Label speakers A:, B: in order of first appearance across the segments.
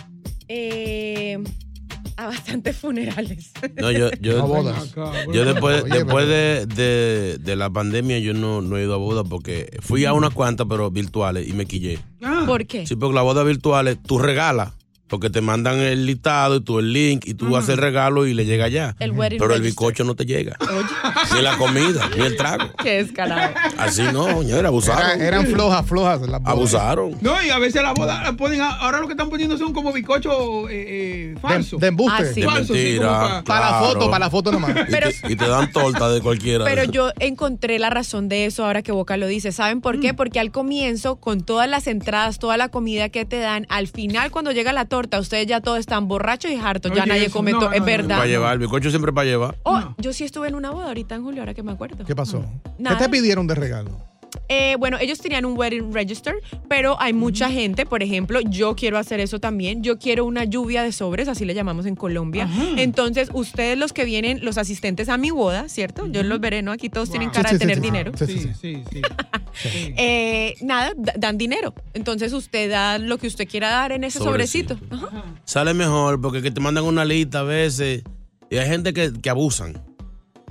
A: Eh, a bastantes funerales.
B: No, yo, yo,
C: A bodas.
B: yo después,
C: Oye,
B: después de, de- de la pandemia yo no, no he ido a bodas porque fui a unas cuantas, pero virtuales, y me quillé.
D: Ah.
A: ¿Por qué?
B: Sí, porque las bodas virtuales tú regalas, porque te mandan el listado y tú el link, y tú haces el regalo y le llega ya.
A: El wedding
B: pero el
A: register.
B: bizcocho no te llega.
A: Oye,
B: Ni la comida, ni el trago.
A: qué descarado.
B: Así no, señora,
C: Era-
B: abusaron.
C: eran flojas, flojas las bodas.
B: Abusaron.
D: No, y a veces la boda la ponen. a- Ahora lo que están poniendo son como bizcocho eh, eh, falso.
C: De, de embuste.
A: Ah, sí.
B: De
D: Falso, sí, como
B: mentira.
D: pa-
C: Para la foto,
B: claro.
C: para la foto nomás.
B: Y, te, y te dan torta de cualquiera.
A: Pero yo encontré la razón de eso ahora que Boca lo dice. ¿Saben por
D: Mm.
A: qué? Porque al comienzo, con todas las entradas, toda la comida que te dan, al final, cuando llega la torta, ustedes ya todos están borrachos y hartos. Ya
D: Oye,
A: nadie
D: eso,
A: come
D: no,
A: to-
D: no,
A: Es
D: no.
A: verdad.
B: Para llevar, el bizcocho siempre para llevar.
A: Oh, yo sí estuve en una boda ahorita en julio, ahora que me acuerdo.
C: ¿Qué pasó?
A: Nada.
C: ¿Qué te pidieron de regalo?
A: Eh, bueno, ellos tenían un wedding register, pero hay mucha gente, por ejemplo, yo quiero hacer eso también. Yo quiero una lluvia de sobres, así le llamamos en Colombia. Entonces, ustedes los que vienen, los asistentes a mi boda, ¿cierto? Yo los veré, ¿no? Aquí todos tienen
C: Sí,
A: cara
C: sí,
A: de
C: sí,
A: tener
C: sí, sí.
A: dinero.
C: Sí, sí, sí.
D: sí, sí. Sí.
A: Eh, nada, da- dan dinero. Entonces, usted da lo que usted quiera dar en ese
B: Sobrecito.
A: sobrecito. Ajá.
B: sale mejor porque que te mandan una lista a veces y hay gente que, que abusan.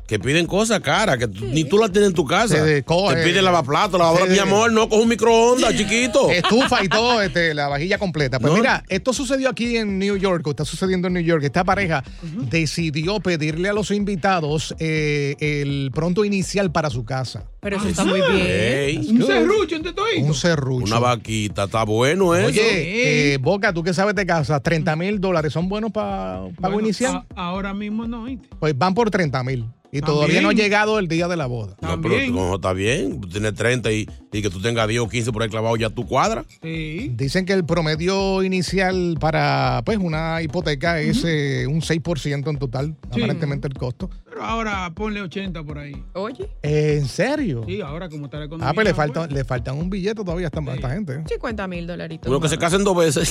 B: Que piden cosas caras, que tú- ni tú las tienes en tu casa.
C: Sí, sí, coge.
B: Te piden lavaplato, lavadora.
C: Sí,
B: Mi
C: sí.
B: amor, no cojo un microondas, chiquito.
D: Oh.
C: Estufa y todo, este, la vajilla completa. Pues
B: No.
C: mira, esto sucedió aquí en New York, o está sucediendo en New York. Esta pareja decidió pedirle a los invitados eh, el pronto inicial para su casa.
A: Pero eso está muy bien.
B: Ey,
D: Un serrucho entre todo
C: Un serrucho.
B: una vaquita, está bueno eso.
C: Oye, eh, Boca, tú que sabes de casa, 30 mil dólares son buenos para pago inicial.
D: Mm. ahora mismo no, ¿oíste?
C: Pues van por 30 mil. Y todavía
D: También.
C: no ha llegado el día de la boda.
B: no, pero
D: también.
B: tú, no, está bien. Tú tienes 30 y, y que tú tengas 10 o 15 por ahí clavado ya tu cuadra.
D: Sí.
C: Dicen que el promedio inicial para pues una hipoteca es eh, un 6% en total,
D: Sí.
C: aparentemente el costo.
D: Pero ahora ponle 80 por ahí.
A: Oye,
C: ¿En serio?
D: Sí, ahora como está la economía.
C: ah, pues le,
D: pues,
C: falta, le faltan un billete todavía a esta, a esta gente. ¿eh?
A: 50 mil dolaritos.
B: Uno que se casen dos veces.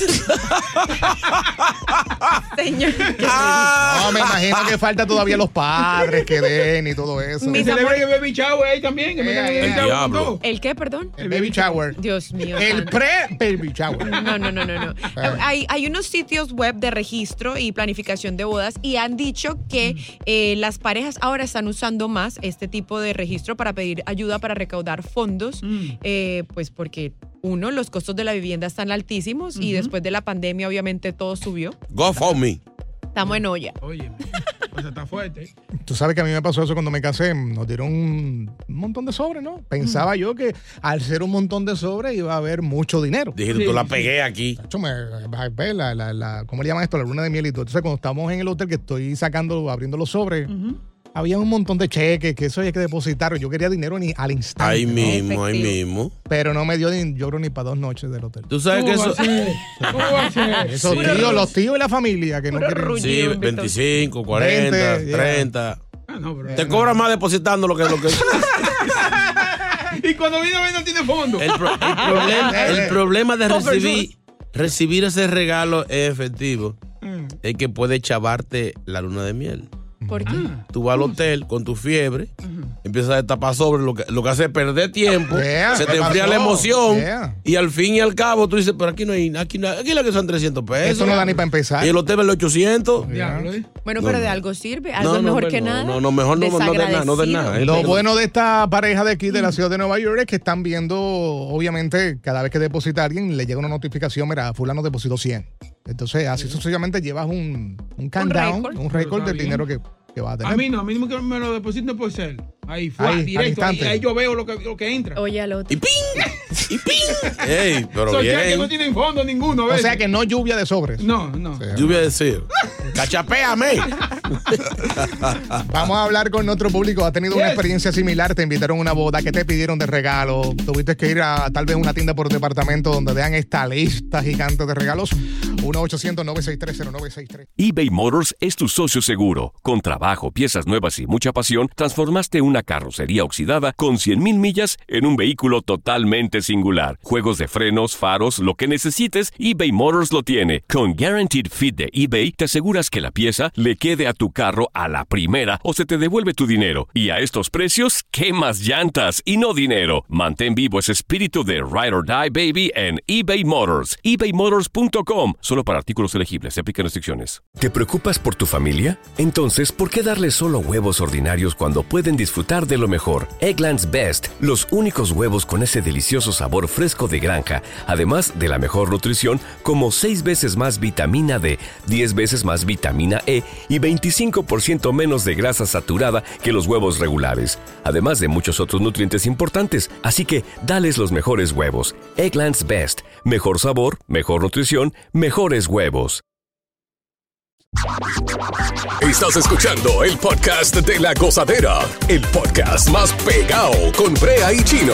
A: Señor.
B: Ah.
C: No, me imagino que falta todavía los padres que den y todo eso.
D: Que
A: Mis
D: celebre
A: amores.
D: el baby shower ahí también. Que me
C: Eh,
D: den
C: eh,
D: el shower con
B: diablo.
D: todo.
A: ¿El qué, perdón?
C: El baby shower.
A: Dios mío.
C: El
A: santo.
C: pre-baby shower.
A: No, no, no, no, no.
C: Ah.
A: Hay, hay unos sitios web de registro y planificación de bodas y han dicho que
C: Mm.
A: eh, las parejas ahora están usando más este tipo de registro para pedir ayuda para recaudar fondos,
C: Mm.
A: eh, pues porque uno, los costos de la vivienda están altísimos y después de la pandemia obviamente todo subió.
B: Go for me.
A: Estamos en olla.
D: Oye, Eso está fuerte.
C: Tú sabes que a mí me pasó eso cuando me casé. Nos dieron un montón de sobres, ¿no? Pensaba yo que al ser un montón de sobres iba a haber mucho dinero.
B: Dije, tú la pegué aquí.
C: Yo me- ve la, la- la- ¿cómo le llaman esto? La luna de miel y todo. Entonces, cuando estamos en el hotel que estoy sacando, abriendo los sobres, había un montón de cheques que eso hay que depositar. Yo quería dinero ni al instante.
B: Ahí
C: ¿no?
B: mismo, ahí mismo.
C: Pero no me dio ni, yo creo, ni para dos noches del hotel.
B: Tú sabes que eso.
D: ¿Cómo va a ser?
C: Esos
B: Sí.
C: tíos, los tíos y la familia que no quieren.
B: Sí, 25, 40,
C: 20, ya.
B: 30. Te cobran más depositando lo que. Lo que...
D: Y cuando viene, viene, no tiene fondo.
B: El, pro- el problema,
C: Eh,
B: el problema de recibir, recibir ese regalo en efectivo es que puede chavarte la luna de miel.
A: ¿Por qué?
C: Ah.
B: Tú vas al hotel con tu fiebre, empiezas a destapar sobre lo que, lo que hace es perder tiempo,
C: Yeah,
B: se
C: ¿qué
B: te enfría
C: pasó?
B: la emoción
C: Yeah.
B: y al fin y al cabo tú dices, pero aquí no hay, aquí, no- aquí la que son 300 pesos.
C: Esto no da ni para empezar.
B: Y el hotel vale 800.
A: Bueno,
B: No,
A: pero
B: no.
A: de algo sirve. Algo es mejor
B: hombre,
A: que
B: no,
A: nada.
B: No, no, mejor no, no de nada, no de nada.
C: Lo bueno de esta pareja de aquí de la ciudad de Nueva York es que están viendo, obviamente, cada vez que deposita alguien, le llega una notificación, mira, fulano depositó 100. Entonces, así sucesivamente llevas un, un countdown,
D: récord.
C: un récord
D: Pero
C: del
D: está
C: dinero que, que vas a tener.
D: A mí no, a mí no me lo depositan por ser. Ahí fue,
C: Ahí, al
D: directo. Ahí,
C: instante.
D: ahí yo veo lo que, lo que entra.
A: Oye, al otro.
D: Y
B: ping. Y ping. Ey, pero
D: Son cheques que no
B: bien.
D: tienen fondo ninguno.
C: O sea que no lluvia de sobres.
D: No, no.
B: Lluvia de decir, cachapéame.
C: Vamos a hablar con nuestro público. ¿Ha tenido una
B: Yes.
C: experiencia similar? ¿Te invitaron a una boda? ¿Qué te pidieron de regalo? ¿Tuviste que ir a tal vez una tienda por departamento donde vean esta lista gigante de regalos? 1 800 963 0963
E: eBay Motors es tu socio seguro. Con trabajo, piezas nuevas y mucha pasión, transformaste una carrocería oxidada con 100.000 millas en un vehículo totalmente singular. Juegos de frenos, faros, lo que necesites, eBay Motors lo tiene. Con Guaranteed Fit de eBay, te aseguras que la pieza le quede a tu carro a la primera o se te devuelve tu dinero. Y a estos precios, ¿qué más llantas y no dinero? Mantén vivo ese espíritu de Ride or Die Baby en eBay Motors. ebaymotors.com. Solo para artículos elegibles. Se aplican restricciones.
F: ¿Te preocupas por tu familia? Entonces, ¿por qué darles solo huevos ordinarios cuando pueden disfrutar de lo mejor? Eggland's Best, los únicos huevos con ese delicioso sabor fresco de granja, además de la mejor nutrición, como 6 veces más vitamina D, 10 veces más vitamina E y 25% menos de grasa saturada que los huevos regulares, además de muchos otros nutrientes importantes. Así que, dales los mejores huevos. Eggland's Best, mejor sabor, mejor nutrición, mejores huevos.
G: Estás escuchando el podcast de la gozadera, el podcast más pegado con Brea y Chino.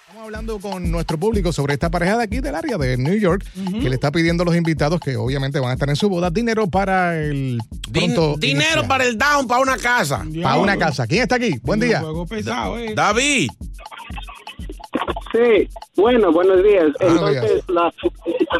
C: Estamos hablando con nuestro público sobre esta pareja de aquí del área de New York que le está pidiendo a los invitados que obviamente van a estar en su boda dinero para el pronto
B: Dinero para el down, para una casa.
C: para una casa. ¿Quién está aquí? Buen día.
B: David.
H: Sí, bueno, buenos días.
C: Ah, Buenos
H: Entonces, la,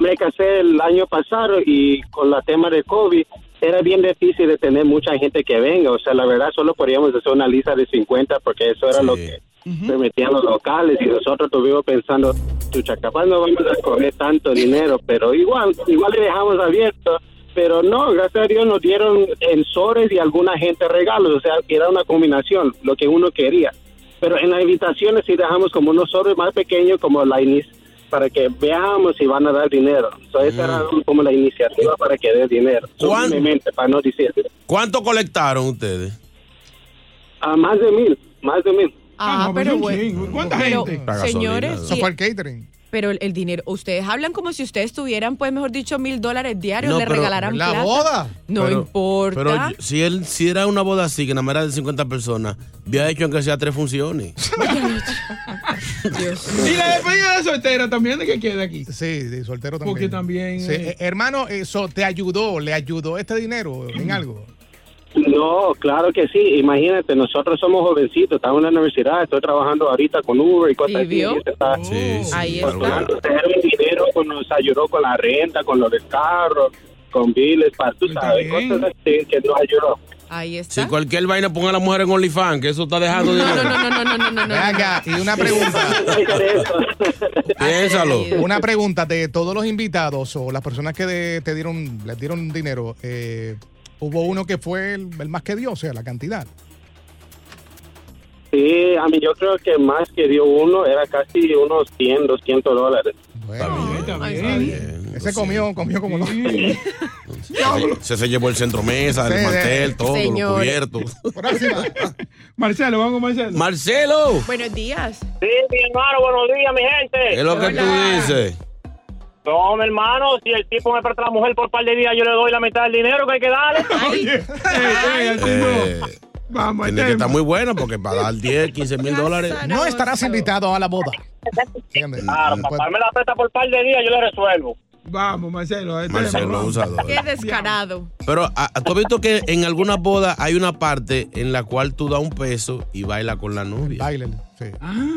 H: me casé el año pasado y con la tema de COVID era bien difícil de tener mucha gente que venga. O sea, la verdad, solo podíamos hacer una lista de 50 porque eso era lo que permitían los locales y nosotros estuvimos pensando, chucha, capaz no vamos a coger tanto dinero, pero igual, igual le dejamos abierto. Pero no, gracias a Dios nos dieron en sobres y alguna gente regalos. O sea, era una combinación, lo que uno quería pero en las invitaciones sí dejamos como unos sobres más pequeños como la inis para que veamos si van a dar dinero. So, esa era como la iniciativa para que dé dinero, simplemente para no decir.
B: ¿Cuánto colectaron ustedes?
H: A más de mil, más de mil.
A: Ah, pero bueno. Pero,
B: Para
A: señores,
B: gasolina,
A: sí,
C: Eso fue el catering.
A: pero el, el dinero, ustedes hablan como si ustedes tuvieran, pues mejor dicho, mil dólares diarios,
B: No,
A: le
B: pero-
A: regalaran
B: la
A: plata.
B: boda.
A: No
B: Pero-
A: importa.
B: Pero yo- si él si era una boda así, que nada más era de 50 personas, había hecho aunque sea tres funciones.
D: Y la despedida de soltera también, ¿de qué queda aquí?
C: Sí, de soltero también.
D: Porque también.
C: Sí, eh, hermano, eso te ayudó, le ayudó este dinero en algo.
H: No, claro que sí. Imagínate, nosotros somos jovencitos, estamos en la universidad, estoy trabajando ahorita con Uber y cosas así.
I: vio?
H: y este está-
I: Ahí
H: Pues,
I: está.
H: claro, tener un dinero pues, nos ayudó con la renta, con los carros, con biles, para tú sabes, cosas así ¿eh? que nos ayudó.
I: Ahí está.
B: Si cualquier vaina ponga a la mujer en OnlyFans, que eso está dejando
I: No,
B: dinero.
I: no, no, no, no, no, no, no.
C: Acá, y una pregunta.
B: Piénsalo.
C: Una pregunta de todos los invitados o las personas que de- te dieron, les dieron dinero, eh, hubo uno que fue el, el más que dio, o sea, la cantidad.
H: Sí, a mí yo creo que más que dio uno era casi unos 100, 200 dólares.
C: Ese comió, comió como los.
B: pues Se, se llevó el centro mesa, el
C: Sí,
B: mantel,
C: sí.
B: todo,
I: Señores.
B: lo cubierto.
J: Marcelo, vamos, Marcelo.
B: Marcelo,
I: Buenos días.
K: Sí, mi hermano, buenos días, mi gente.
B: es lo que tú dices.
K: No, mi hermano, si el tipo me presta a la mujer por un par de días, yo le doy la mitad del dinero que hay que darle.
B: Eh, tiene que estar muy bueno porque para dar 10, 15 mil dólares.
C: No estarás invitado a la boda.
B: Ah,
K: Claro, papá me la presta por un par de días, yo le resuelvo.
J: Vamos, Marcelo. este
B: Marcelo
J: es-
B: abusador.
I: Qué descarado.
B: Pero ah, tú has visto que en algunas bodas hay una parte en la cual tú das un peso y baila con la novia.
C: Baila, sí.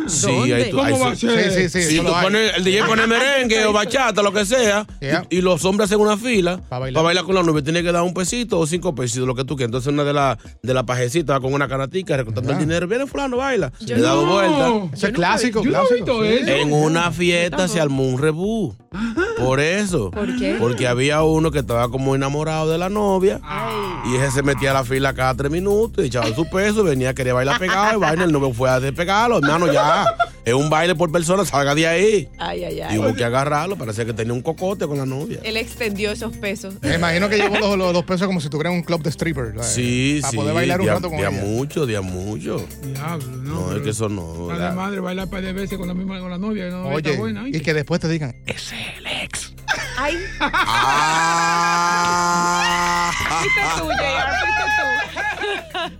B: Sí, ahí tú- ahí sí-
C: Sí, sí, sí.
B: Sí,
C: eso
B: tú
C: lo hay.
B: pones- el DJ pone merengue o bachata, lo que sea,
C: Yeah.
B: y, y los hombres hacen una fila para
C: bailar.
B: bailar. con la novia. Tiene que dar un pesito o cinco pesitos, lo que tú quieras. Entonces una de las de la pajecitas va con una canatica recontando el dinero. Viene fulano, baila.
C: Yo
B: Le da dos
C: no.
B: vueltas.
C: Eso es clásico, yo no he clásico, visto sí. eso.
B: En una fiesta se armó un rebú. Por eso.
I: ¿Por qué?
B: Porque había uno que estaba como enamorado de la novia. Y ese se metía a la fila cada tres minutos, y echaba su peso, venía, quería bailar pegado, y vaina, el novio fue a despegarlo, hermano, ya. Es un baile por persona, salga de ahí.
I: Ay, ay,
B: Y
I: ay.
B: hubo que agarrarlo, parecía que tenía un cocote con la novia.
I: Él extendió esos pesos.
C: Me imagino que llevo los, los, los pesos como si tuviera un club de stripper. ¿sabes?
B: Sí,
C: Para
B: sí.
C: poder bailar un
B: de a-
C: rato con
B: de a
C: ella.
B: mucho, de a mucho.
J: Diablo,
B: no. es que eso no.
J: A la
B: ¿verdad?
J: madre baila un par de veces con la misma con la novia. que No,
C: Oye,
J: está buena,
C: y que después te digan, ese es el ex.
I: Ay. Fuiste tú, J.R., fuiste